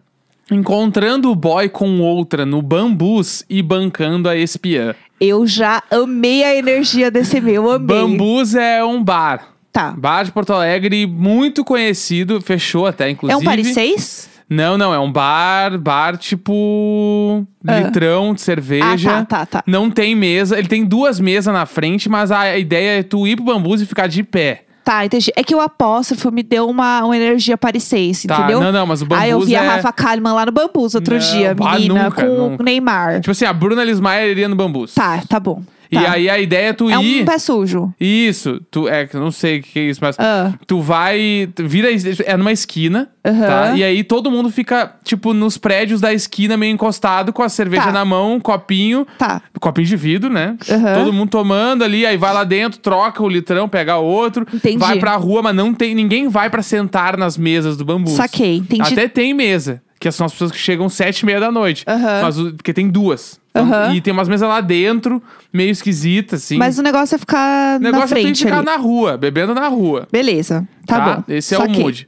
[SPEAKER 1] Encontrando o boy com outra no bambus e bancando a espiã.
[SPEAKER 2] eu já amei a energia desse e-mail, amei.
[SPEAKER 1] Bambus é um bar.
[SPEAKER 2] Tá.
[SPEAKER 1] Bar de Porto Alegre, muito conhecido, fechou até, inclusive.
[SPEAKER 2] É um Paris 6?
[SPEAKER 1] Não, não, é um bar, bar tipo
[SPEAKER 2] Ah.
[SPEAKER 1] litrão de
[SPEAKER 2] Ah,
[SPEAKER 1] cerveja.
[SPEAKER 2] tá, tá, tá.
[SPEAKER 1] Não tem mesa, ele tem duas mesas na frente, mas a ideia é tu ir pro bambus e ficar de pé.
[SPEAKER 2] Tá, entendi. É que o apóstrofo me deu uma, uma energia Paris 6,
[SPEAKER 1] Tá,
[SPEAKER 2] entendeu?
[SPEAKER 1] não, não, mas o
[SPEAKER 2] Aí eu
[SPEAKER 1] Bambus
[SPEAKER 2] vi a
[SPEAKER 1] é-
[SPEAKER 2] Rafa Kalimann lá no Bambus outro
[SPEAKER 1] Não,
[SPEAKER 2] dia,
[SPEAKER 1] bah,
[SPEAKER 2] menina,
[SPEAKER 1] nunca,
[SPEAKER 2] com
[SPEAKER 1] nunca.
[SPEAKER 2] o Neymar.
[SPEAKER 1] Tipo assim, a Bruna Lismayer iria no bambus.
[SPEAKER 2] Tá, tá bom.
[SPEAKER 1] E
[SPEAKER 2] Tá.
[SPEAKER 1] aí a ideia é tu
[SPEAKER 2] É
[SPEAKER 1] ir.
[SPEAKER 2] um pé sujo.
[SPEAKER 1] Isso, tu é que eu não sei o que é isso, mas
[SPEAKER 2] Ah.
[SPEAKER 1] tu vai, tu vira é numa esquina,
[SPEAKER 2] Aham.
[SPEAKER 1] tá? E aí todo mundo fica tipo nos prédios da esquina meio encostado com a cerveja
[SPEAKER 2] Tá.
[SPEAKER 1] na mão, um copinho,
[SPEAKER 2] Tá.
[SPEAKER 1] copinho de vidro, né?
[SPEAKER 2] Aham.
[SPEAKER 1] Todo mundo tomando ali, aí vai lá dentro, troca o litrão, pega outro,
[SPEAKER 2] Entendi.
[SPEAKER 1] vai pra rua, mas não tem ninguém vai pra sentar nas mesas do bambu.
[SPEAKER 2] Saquei, entendi.
[SPEAKER 1] Até tem mesa. Que são as pessoas que chegam sete e meia da noite.
[SPEAKER 2] Aham.
[SPEAKER 1] Mas o- porque tem duas. Então,
[SPEAKER 2] Aham.
[SPEAKER 1] E tem umas mesas lá dentro, meio esquisitas, assim.
[SPEAKER 2] Mas o negócio é ficar
[SPEAKER 1] O negócio
[SPEAKER 2] na
[SPEAKER 1] é tem
[SPEAKER 2] frente
[SPEAKER 1] que ficar
[SPEAKER 2] ali.
[SPEAKER 1] na rua, bebendo na rua.
[SPEAKER 2] Beleza. Tá, bom.
[SPEAKER 1] Esse é
[SPEAKER 2] Saquei.
[SPEAKER 1] o mood.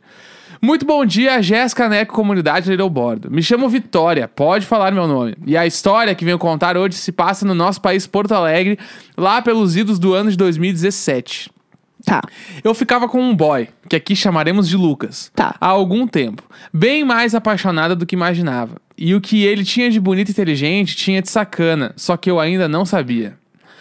[SPEAKER 1] Muito bom dia, Jéssica Neco, comunidade Little Bordo. Me chamo Vitória, pode falar meu nome. E a história que venho contar hoje se passa no nosso país Porto Alegre, lá pelos idos do ano de 2017.
[SPEAKER 2] Tá.
[SPEAKER 1] Eu ficava com um boy, que aqui chamaremos de Lucas,
[SPEAKER 2] Tá.
[SPEAKER 1] há algum tempo, bem mais apaixonada do que imaginava. E o que ele tinha de bonito e inteligente tinha de sacana, só que eu ainda não sabia.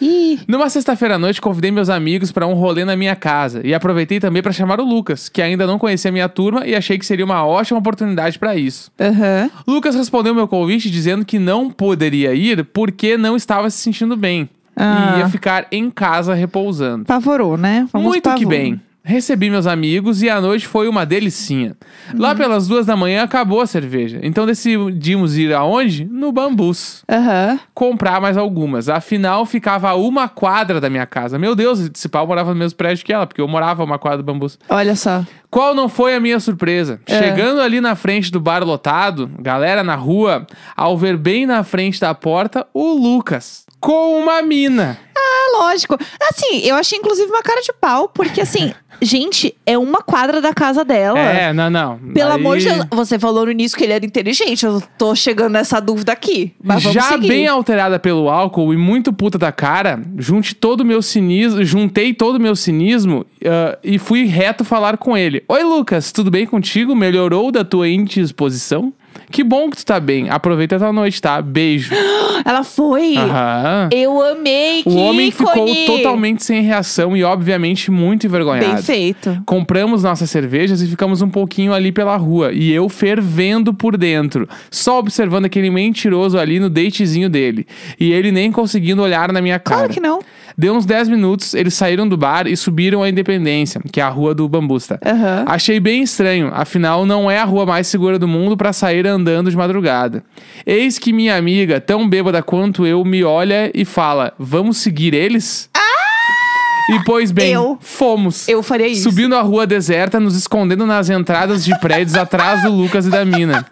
[SPEAKER 2] Ih.
[SPEAKER 1] Numa sexta-feira à noite, convidei meus amigos para um rolê na minha casa e aproveitei também para chamar o Lucas, que ainda não conhecia a minha turma e achei que seria uma ótima oportunidade para isso.
[SPEAKER 2] Aham.
[SPEAKER 1] Lucas respondeu meu convite dizendo que não poderia ir porque não estava se sentindo bem
[SPEAKER 2] Ah.
[SPEAKER 1] e ia ficar em casa repousando.
[SPEAKER 2] Pavorou, né? Vamos
[SPEAKER 1] Muito que
[SPEAKER 2] pavor.
[SPEAKER 1] bem. Recebi meus amigos e a noite foi uma delicinha.
[SPEAKER 2] Uhum.
[SPEAKER 1] Lá pelas duas da manhã acabou a cerveja. Então decidimos ir aonde? No Bambus.
[SPEAKER 2] Aham.
[SPEAKER 1] Comprar mais algumas. Afinal, ficava a uma quadra da minha casa. Meu Deus, esse pau morava no mesmo prédio que ela, porque eu morava a uma quadra do Bambus.
[SPEAKER 2] Olha só.
[SPEAKER 1] Qual não foi a minha surpresa?
[SPEAKER 2] É.
[SPEAKER 1] Chegando ali na frente do bar lotado, galera na rua, ao ver bem na frente da porta o Lucas com uma mina.
[SPEAKER 2] É lógico. Assim, eu achei inclusive uma cara de pau, porque
[SPEAKER 1] *laughs*
[SPEAKER 2] assim, gente, é uma quadra da casa dela.
[SPEAKER 1] É, não, não.
[SPEAKER 2] Pelo amor
[SPEAKER 1] Aí-
[SPEAKER 2] de Deus. Você falou no início que ele era inteligente. Eu tô chegando nessa dúvida aqui. Mas vamos
[SPEAKER 1] Já
[SPEAKER 2] seguir.
[SPEAKER 1] bem alterada pelo álcool e muito puta da cara, junte todo o meu cinismo, juntei todo o meu cinismo ah, e fui reto falar com ele. Oi, Lucas, tudo bem contigo? Melhorou da tua indisposição? Que bom que tu tá bem. Aproveita a tua noite, tá?
[SPEAKER 2] *laughs*
[SPEAKER 1] Beijo.
[SPEAKER 2] Ela foi.
[SPEAKER 1] Aham.
[SPEAKER 2] Eu amei.
[SPEAKER 1] O
[SPEAKER 2] que
[SPEAKER 1] homem ficou
[SPEAKER 2] ícone.
[SPEAKER 1] totalmente sem reação e, obviamente, muito envergonhado.
[SPEAKER 2] Bem feito.
[SPEAKER 1] Compramos nossas cervejas e ficamos um pouquinho ali pela rua. E eu fervendo por dentro, só observando aquele mentiroso ali no datezinho dele. E ele nem conseguindo olhar na minha cara.
[SPEAKER 2] Claro que não.
[SPEAKER 1] Deu uns 10 minutos, eles saíram do bar e subiram a Independência, que é a rua do Bambusta.
[SPEAKER 2] Aham.
[SPEAKER 1] Achei bem estranho, afinal não é a rua mais segura do mundo pra sair andando de madrugada. Eis que minha amiga, tão bêbada quanto eu, me olha e fala: "Vamos seguir eles?" E pois bem,
[SPEAKER 2] Ah! Eu.
[SPEAKER 1] fomos.
[SPEAKER 2] Eu faria isso.
[SPEAKER 1] Subindo a rua deserta, nos escondendo nas entradas de prédios atrás do Lucas e da mina.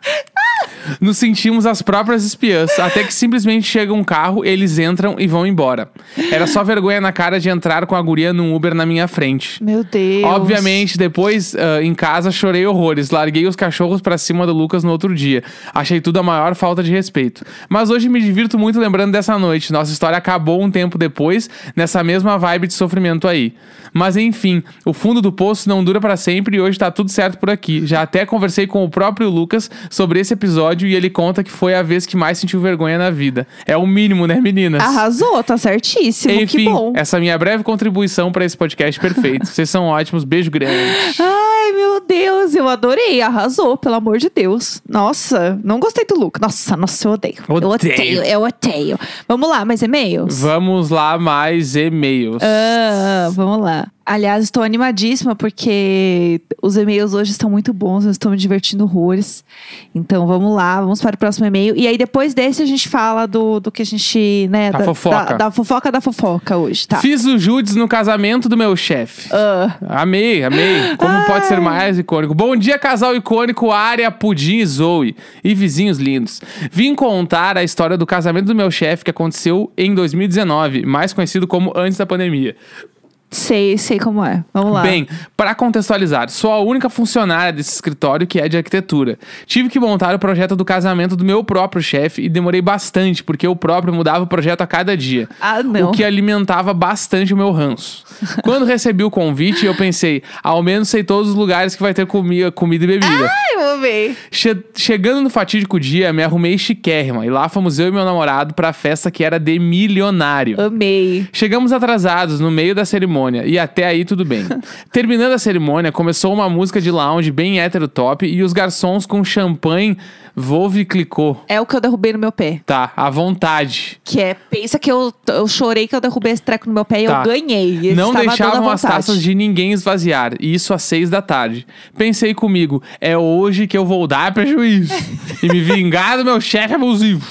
[SPEAKER 1] Nos sentimos as próprias espiãs, até que simplesmente chega um carro, eles entram e vão embora. Era só vergonha na cara de entrar com a guria num Uber na minha frente.
[SPEAKER 2] Meu Deus.
[SPEAKER 1] Obviamente, depois ah, em casa chorei horrores. Larguei os cachorros pra cima do Lucas no outro dia. Achei tudo a maior falta de respeito. Mas hoje me divirto muito lembrando dessa noite. Nossa história acabou um tempo depois, nessa mesma vibe de sofrimento aí. Mas enfim, o fundo do poço não dura pra sempre e hoje tá tudo certo por aqui. Já até conversei com o próprio Lucas sobre esse episódio e ele conta que foi a vez que mais sentiu vergonha na vida. É o mínimo, né, meninas?
[SPEAKER 2] Arrasou, tá certíssimo.
[SPEAKER 1] Enfim,
[SPEAKER 2] que bom.
[SPEAKER 1] essa minha breve contribuição pra esse podcast perfeito. Vocês são ótimos. Beijo grande.
[SPEAKER 2] *laughs* Ai, meu Deus, eu adorei. Arrasou, pelo amor de Deus. Nossa, não gostei do look. Nossa, nossa, eu odeio. Eu
[SPEAKER 1] Odeio.
[SPEAKER 2] odeio, eu odeio. Vamos lá, mais e-mails?
[SPEAKER 1] Vamos lá, mais e-mails.
[SPEAKER 2] Ah, vamos lá. Aliás, estou animadíssima porque os e-mails hoje estão muito bons, eu estou me divertindo horrores. Então vamos lá, vamos para o próximo e-mail. E aí depois desse a gente fala do, do que a gente, né?
[SPEAKER 1] Da fofoca.
[SPEAKER 2] Da, da fofoca da fofoca hoje, tá?
[SPEAKER 1] Fiz o Judes no casamento do meu chefe.
[SPEAKER 2] Ah,
[SPEAKER 1] Amei, amei. Como pode ser mais icônico? Bom dia, casal icônico, área, pudim e Zoe. E vizinhos lindos. Vim contar a história do casamento do meu chefe que aconteceu em 2019, mais conhecido como antes da pandemia.
[SPEAKER 2] sei, sei como é. Vamos lá.
[SPEAKER 1] Bem, para contextualizar, sou a única funcionária desse escritório que é de arquitetura. Tive que montar o projeto do casamento do meu próprio chefe e demorei bastante, porque eu próprio mudava o projeto a cada dia.
[SPEAKER 2] Ah, não.
[SPEAKER 1] O que é- alimentava bastante o meu ranço. Quando recebi o convite, eu pensei, ao menos sei todos os lugares que vai ter comi- comida e bebida.
[SPEAKER 2] Ai, eu amei.
[SPEAKER 1] Che- chegando no fatídico dia, me arrumei chiquérrima. E lá fomos eu e meu namorado pra festa que era de milionário.
[SPEAKER 2] Ah, Amei.
[SPEAKER 1] Chegamos atrasados no meio da cerimônia e até aí tudo bem. Terminando a cerimônia, começou uma música de lounge bem hétero top e os garçons com champanhe Volve clicou.
[SPEAKER 2] É o que eu derrubei no meu pé.
[SPEAKER 1] Tá, à vontade.
[SPEAKER 2] Que é, pensa que eu, eu chorei que eu derrubei esse treco no meu pé e
[SPEAKER 1] Tá.
[SPEAKER 2] eu ganhei. E
[SPEAKER 1] Não
[SPEAKER 2] estava dando
[SPEAKER 1] deixavam
[SPEAKER 2] à
[SPEAKER 1] as
[SPEAKER 2] vontade.
[SPEAKER 1] taças de ninguém esvaziar, e isso às seis da tarde. Pensei comigo, é hoje que eu vou dar
[SPEAKER 2] *laughs*
[SPEAKER 1] prejuízo e me vingar do meu chefe abusivo.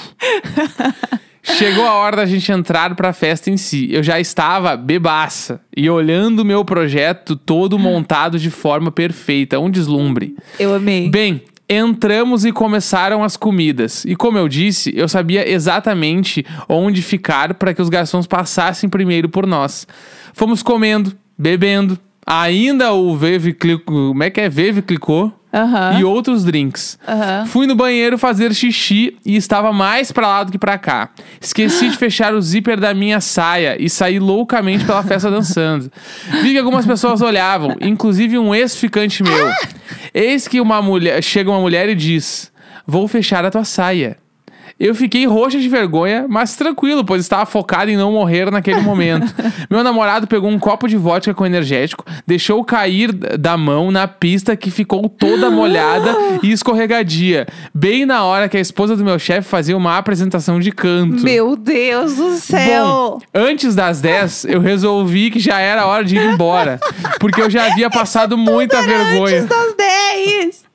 [SPEAKER 1] Chegou a hora da gente entrar pra festa em si. Eu já estava bebaça e olhando o meu projeto todo montado de forma perfeita, um deslumbre.
[SPEAKER 2] Eu amei.
[SPEAKER 1] Bem, entramos e começaram as comidas. E como eu disse, eu sabia exatamente onde ficar para que os garçons passassem primeiro por nós. Fomos comendo, bebendo. Ainda o Veve clicou. Como é que é? Veve clicou.
[SPEAKER 2] Aham.
[SPEAKER 1] e outros drinks.
[SPEAKER 2] Aham.
[SPEAKER 1] Fui no banheiro fazer xixi e estava mais pra lá do que pra cá. Esqueci de fechar o zíper da minha saia e saí loucamente pela festa dançando. Vi que algumas pessoas olhavam, inclusive um ex-ficante meu. Eis que uma mulher, chega uma mulher e diz: "Vou fechar a tua saia". Eu fiquei roxa de vergonha, mas tranquilo, pois estava focado em não morrer naquele
[SPEAKER 2] *laughs*
[SPEAKER 1] momento. Meu namorado pegou um copo de vodka com energético, deixou cair da mão na pista que ficou
[SPEAKER 2] *gasps*
[SPEAKER 1] toda molhada e escorregadia, bem na hora que a esposa do meu chefe fazia uma apresentação de canto.
[SPEAKER 2] Meu Deus do céu!
[SPEAKER 1] Bom, antes das 10, eu resolvi que já era hora de ir embora, porque eu já
[SPEAKER 2] *laughs*
[SPEAKER 1] havia passado muita vergonha.
[SPEAKER 2] é Antes das 10!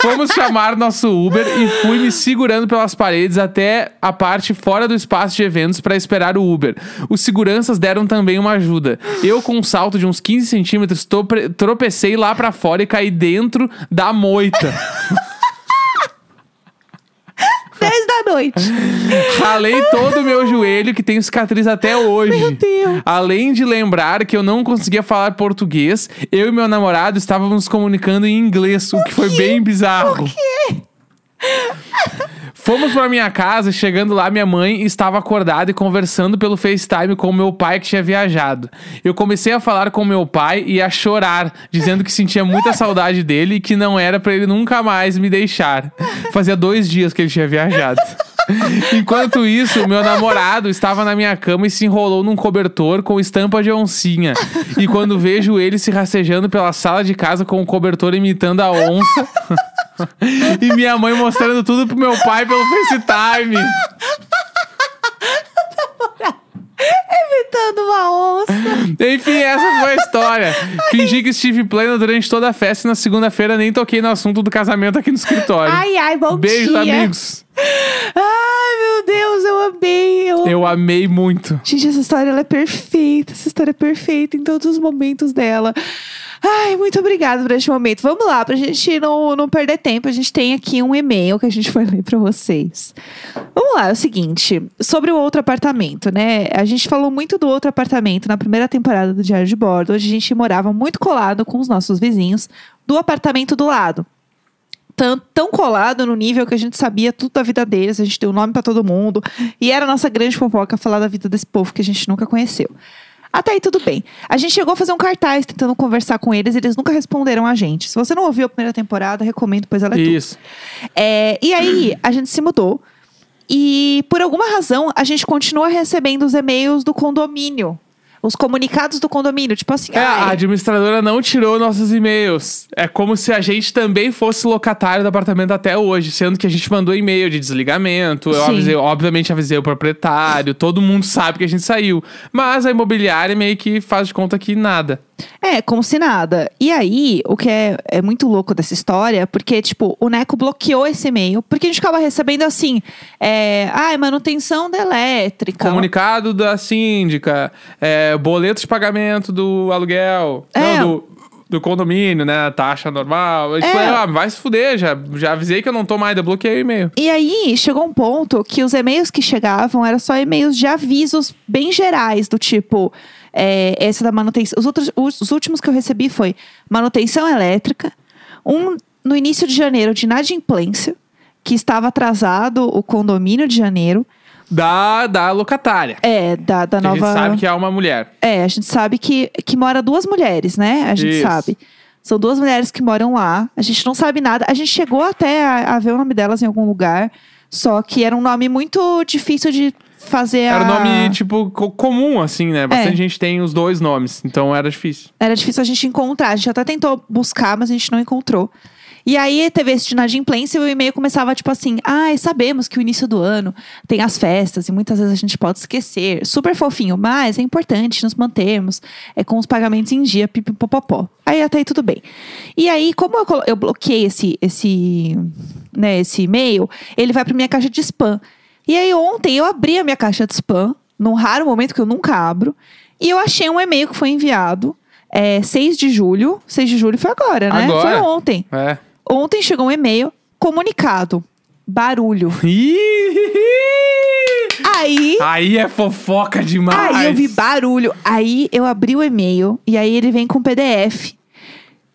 [SPEAKER 1] Fomos chamar nosso Uber e fui me segurando pelas paredes até a parte fora do espaço de eventos para esperar o Uber. Os seguranças deram também uma ajuda. Eu, com um salto de uns 15 centímetros, topre- tropecei lá para fora e caí dentro da moita.
[SPEAKER 2] 10 da noite!
[SPEAKER 1] *laughs* Ralei todo o meu joelho, que tenho cicatriz até hoje. Meu
[SPEAKER 2] Deus.
[SPEAKER 1] Além de lembrar que eu não conseguia falar português, eu e meu namorado estávamos nos comunicando em inglês, o, que foi bem bizarro. O quê? Fomos pra minha casa, chegando lá, minha mãe estava acordada e conversando pelo FaceTime com meu pai que tinha viajado. Eu comecei a falar com meu pai e a chorar, dizendo que sentia muita saudade dele e que não era pra ele nunca mais me deixar. Fazia dois dias que ele tinha viajado. Enquanto isso, meu namorado estava na minha cama e se enrolou num cobertor com estampa de oncinha. E quando vejo ele se rastejando pela sala de casa com o cobertor imitando a onça. e minha mãe mostrando tudo pro meu pai pelo FaceTime.
[SPEAKER 2] Imitando uma onça!
[SPEAKER 1] Enfim, essa foi a história. Fingi que estive plena durante toda a festa e na segunda-feira nem toquei no assunto do casamento aqui no escritório.
[SPEAKER 2] Ai, ai, bom
[SPEAKER 1] Beijos,
[SPEAKER 2] dia!
[SPEAKER 1] amigos.
[SPEAKER 2] Ai, meu Deus, eu amei! Eu...
[SPEAKER 1] Eu amei muito.
[SPEAKER 2] Gente, essa história ela é perfeita. Essa história é perfeita em todos os momentos dela. Ai, muito obrigada por este momento. Vamos lá, pra gente não, não perder tempo, a gente tem aqui um e-mail que a gente *laughs* vai ler pra vocês. Vamos lá, é o seguinte: sobre o outro apartamento, né? A gente falou muito do outro apartamento na primeira temporada do Diário de Bordo, onde a gente morava muito colado com os nossos vizinhos do apartamento do lado tão, tão colado no nível que a gente sabia tudo da vida deles, a gente deu nome pra todo mundo. E era a nossa grande fofoca falar da vida desse povo que a gente nunca conheceu. Até aí tudo bem. A gente chegou a fazer um cartaz tentando conversar com eles, eles nunca responderam a gente. Se você não ouviu a primeira temporada, recomendo, pois ela é tudo.
[SPEAKER 1] Isso.
[SPEAKER 2] É, e aí, a gente se mudou. E por alguma razão, a gente continua recebendo os e-mails do condomínio. Os comunicados do condomínio. Tipo assim,
[SPEAKER 1] É, a
[SPEAKER 2] "Ai,
[SPEAKER 1] administradora não tirou nossos e-mails. É como se a gente também fosse locatário do apartamento até hoje, sendo que a gente mandou e-mail de desligamento. Eu
[SPEAKER 2] Sim.
[SPEAKER 1] avisei, obviamente avisei o proprietário, todo mundo sabe que a gente saiu. Mas a imobiliária meio que faz de conta que nada.
[SPEAKER 2] É, como se nada. E aí, o que é, é muito louco dessa história, porque, tipo, o Neco bloqueou esse e-mail, porque a gente ficava recebendo assim, é, ai, manutenção da elétrica.
[SPEAKER 1] Comunicado da síndica, é, boleto de pagamento do aluguel,
[SPEAKER 2] É.
[SPEAKER 1] não, do, do condomínio, né? Taxa normal. Eu, tipo,
[SPEAKER 2] É.
[SPEAKER 1] ah, vai se fuder, já, já avisei que eu não tô mais, eu bloqueei o e-mail.
[SPEAKER 2] E aí, chegou um ponto que os e-mails que chegavam eram só e-mails de avisos bem gerais, do tipo, é, essa da manutenção. Os, outros, os, os últimos que eu recebi foi manutenção elétrica, um no início de janeiro de inadimplência, que estava atrasado o condomínio de janeiro.
[SPEAKER 1] Da, da locatária.
[SPEAKER 2] É, da, da
[SPEAKER 1] que
[SPEAKER 2] nova.
[SPEAKER 1] A gente sabe que é uma mulher.
[SPEAKER 2] É, a gente sabe que, que mora duas mulheres, né? A gente
[SPEAKER 1] Isso.
[SPEAKER 2] sabe. São duas mulheres que moram lá. A gente não sabe nada. A gente chegou até a, a ver o nome delas em algum lugar. Só que era um nome muito difícil de fazer
[SPEAKER 1] Era
[SPEAKER 2] É a... É.
[SPEAKER 1] um nome, tipo, co- comum, assim, né? Bastante gente tem os dois nomes, então era difícil.
[SPEAKER 2] Era difícil a gente encontrar. A gente até tentou buscar, mas a gente não encontrou. E aí teve esse de inadimplência e o e-mail começava tipo assim: ai, sabemos que o início do ano tem as festas e muitas vezes a gente pode esquecer. Super fofinho, mas é importante nos mantermos é, com os pagamentos em dia, pipipopopó. Aí até aí tudo bem. E aí, como eu, colo- eu bloqueei esse, esse, né, esse e-mail, ele vai para minha caixa de spam. E aí ontem eu abri a minha caixa de spam, num raro momento que eu nunca abro, e eu achei um e-mail que foi enviado é, 6 de julho. 6 de julho foi agora, né?
[SPEAKER 1] Agora.
[SPEAKER 2] Foi ontem.
[SPEAKER 1] É. *laughs*
[SPEAKER 2] Ontem chegou um e-mail comunicado. Barulho.
[SPEAKER 1] Ih!
[SPEAKER 2] Aí.
[SPEAKER 1] Aí é fofoca demais.
[SPEAKER 2] Aí eu vi barulho. Aí eu abri o e-mail e aí ele vem com PDF.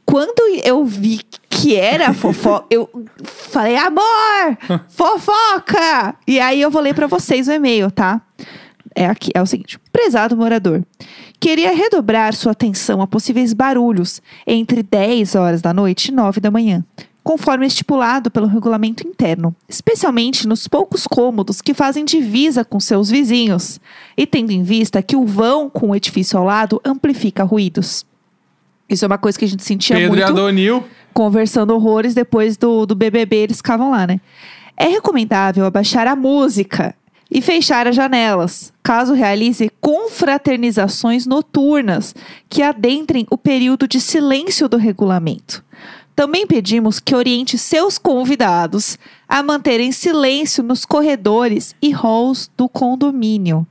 [SPEAKER 2] Quando eu vi que era fofoca.
[SPEAKER 1] *laughs*
[SPEAKER 2] Eu falei, amor, fofoca! E aí eu vou ler pra vocês o e-mail, tá? É aqui, é o seguinte. Prezado morador, queria redobrar sua atenção a possíveis barulhos entre 10 horas da noite e 9 da manhã, conforme estipulado pelo regulamento interno, especialmente nos poucos cômodos que fazem divisa com seus vizinhos, e tendo em vista que o vão com o edifício ao lado amplifica ruídos. Isso é uma coisa que a gente sentia
[SPEAKER 1] Pedro e
[SPEAKER 2] muito
[SPEAKER 1] Adonil.
[SPEAKER 2] conversando horrores depois do, do BBB, eles ficavam lá, né? É recomendável abaixar a música e fechar as janelas, caso realize confraternizações noturnas que adentrem o período de silêncio do regulamento. Também pedimos que oriente seus convidados a manterem silêncio nos corredores e halls do condomínio.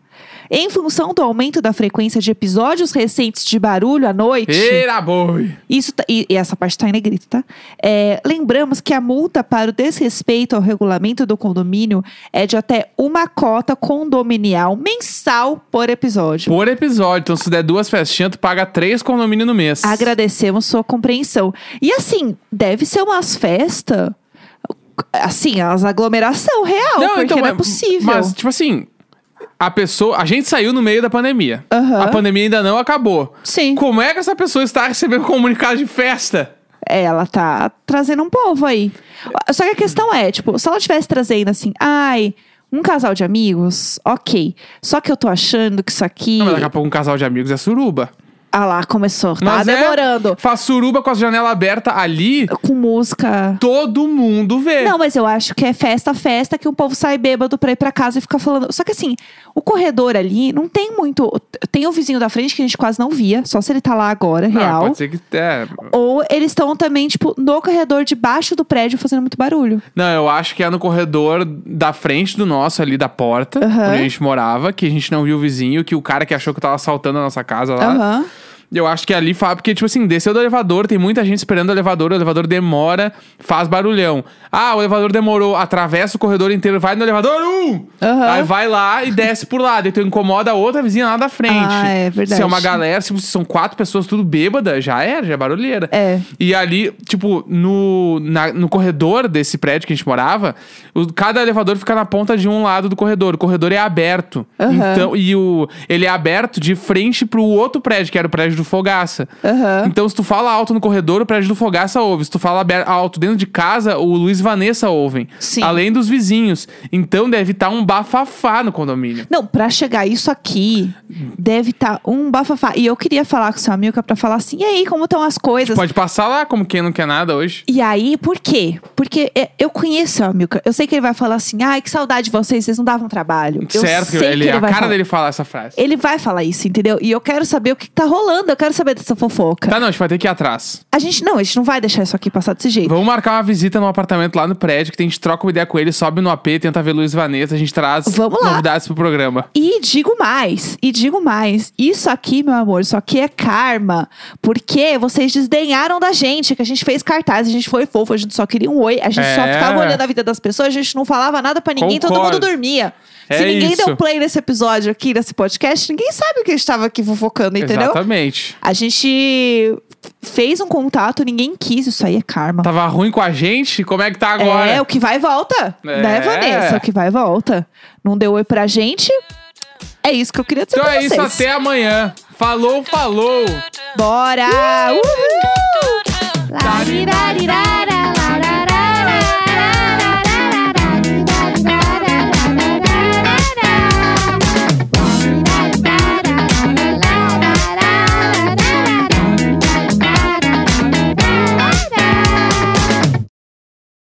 [SPEAKER 2] Em função do aumento da frequência de episódios recentes de barulho à noite.
[SPEAKER 1] Eira boi.
[SPEAKER 2] Isso tá- e, e essa parte tá em negrito, tá? É, lembramos que a multa para o desrespeito ao regulamento do condomínio é de até uma cota condominial mensal por episódio.
[SPEAKER 1] Por episódio. Então, se der duas festinhas, tu paga três condomínios no mês.
[SPEAKER 2] Agradecemos sua compreensão. E assim, deve ser umas festas. Assim, as aglomeração real, porque não é
[SPEAKER 1] mas-
[SPEAKER 2] possível.
[SPEAKER 1] então, Mas, tipo assim, a pessoa. A gente saiu no meio da pandemia.
[SPEAKER 2] Aham.
[SPEAKER 1] A pandemia ainda não acabou.
[SPEAKER 2] Sim.
[SPEAKER 1] Como é que essa pessoa está recebendo comunicado de festa?
[SPEAKER 2] É, Ela tá trazendo um povo aí. Só que a questão é, tipo, se ela estivesse trazendo assim, ai, um casal de amigos, ok. Só que eu tô achando que isso aqui.
[SPEAKER 1] Não, mas daqui a pouco um casal de amigos é suruba.
[SPEAKER 2] Ah lá, começou. Tá
[SPEAKER 1] Mas é-
[SPEAKER 2] demorando.
[SPEAKER 1] faz suruba com as janelas abertas ali,
[SPEAKER 2] Com música.
[SPEAKER 1] todo mundo vê.
[SPEAKER 2] Não, mas eu acho que é festa, festa, que o povo sai bêbado pra ir pra casa e fica falando. Só que assim, o corredor ali não tem muito. Tem o vizinho da frente que a gente quase não via, só se ele tá lá agora,
[SPEAKER 1] Não,
[SPEAKER 2] real.
[SPEAKER 1] Ah, pode ser que. É.
[SPEAKER 2] Ou eles estão também, tipo, no corredor debaixo do prédio fazendo muito barulho.
[SPEAKER 1] Não, eu acho que é no corredor da frente do nosso, ali da porta,
[SPEAKER 2] Aham.
[SPEAKER 1] onde a gente morava, que a gente não viu o vizinho, que o cara que achou que tava assaltando a nossa casa lá.
[SPEAKER 2] Aham.
[SPEAKER 1] Eu acho que ali fala, porque, tipo assim, desceu do elevador, tem muita gente esperando o elevador, o elevador demora, faz barulhão. Ah, o elevador demorou, atravessa o corredor inteiro, vai no elevador um!
[SPEAKER 2] Aham.
[SPEAKER 1] Aí vai lá e desce por lá, daí tu incomoda a outra vizinha lá da frente.
[SPEAKER 2] Ah, é verdade.
[SPEAKER 1] Se é uma galera, se são quatro pessoas tudo bêbada, já era, já é barulheira.
[SPEAKER 2] É.
[SPEAKER 1] E ali, tipo, no, na- no corredor desse prédio que a gente morava, o- cada elevador fica na ponta de um lado do corredor. O corredor é aberto.
[SPEAKER 2] Aham.
[SPEAKER 1] Então, e o, ele é aberto de frente pro outro prédio, que era o prédio do Fogaça.
[SPEAKER 2] Aham.
[SPEAKER 1] Então, se tu fala alto no corredor, o prédio do Fogaça ouve. Se tu fala aber- alto dentro de casa, o Luiz e Vanessa ouvem.
[SPEAKER 2] Sim.
[SPEAKER 1] Além dos vizinhos. Então, deve estar um bafafá no condomínio.
[SPEAKER 2] Não, pra chegar isso aqui, deve estar um bafafá. E eu queria falar com o seu amigo pra falar assim: e aí, como estão as coisas?
[SPEAKER 1] Pode passar lá, como quem não quer nada hoje.
[SPEAKER 2] E aí, por quê? Porque é, eu conheço o Amilcar. Eu sei que ele vai falar assim: ai, que saudade de vocês, vocês não davam trabalho. Eu
[SPEAKER 1] certo,
[SPEAKER 2] sei
[SPEAKER 1] ele, é
[SPEAKER 2] que ele
[SPEAKER 1] a
[SPEAKER 2] vai
[SPEAKER 1] cara
[SPEAKER 2] falar.
[SPEAKER 1] dele fala essa frase.
[SPEAKER 2] Ele vai falar isso, entendeu? E eu quero saber o que, que tá rolando, eu quero saber dessa fofoca.
[SPEAKER 1] Tá, não, a gente vai ter que ir atrás.
[SPEAKER 2] A gente, não, a gente não vai deixar isso aqui passar desse jeito.
[SPEAKER 1] Vamos marcar uma visita num apartamento lá no prédio, que a gente troca uma ideia com ele, sobe no AP, tenta ver Luiz Vanessa, a gente traz
[SPEAKER 2] Vamos lá.
[SPEAKER 1] novidades pro programa.
[SPEAKER 2] E digo mais, e digo mais. Isso aqui, meu amor, isso aqui é karma. Porque vocês desdenharam da gente, que a gente fez cartaz, a gente foi fofo, a gente só queria um oi, a gente só
[SPEAKER 1] É.
[SPEAKER 2] ficava olhando a vida das pessoas, a gente não falava nada pra ninguém, todo
[SPEAKER 1] Concordo.
[SPEAKER 2] mundo dormia.
[SPEAKER 1] É
[SPEAKER 2] Se ninguém
[SPEAKER 1] isso.
[SPEAKER 2] deu play nesse episódio aqui, nesse podcast, ninguém sabe que a gente tava aqui fofocando, entendeu?
[SPEAKER 1] Exatamente.
[SPEAKER 2] A gente fez um contato, ninguém quis, isso aí é karma.
[SPEAKER 1] Tava ruim com a gente? Como é que tá agora?
[SPEAKER 2] É, o que vai e volta.
[SPEAKER 1] É.
[SPEAKER 2] Né, Vanessa? O que vai e volta. Não deu oi pra gente. É isso que eu queria dizer
[SPEAKER 1] Então
[SPEAKER 2] pra
[SPEAKER 1] é
[SPEAKER 2] vocês.
[SPEAKER 1] isso, até amanhã. Falou, falou!
[SPEAKER 2] Bora! Uhul! Larirarirarar.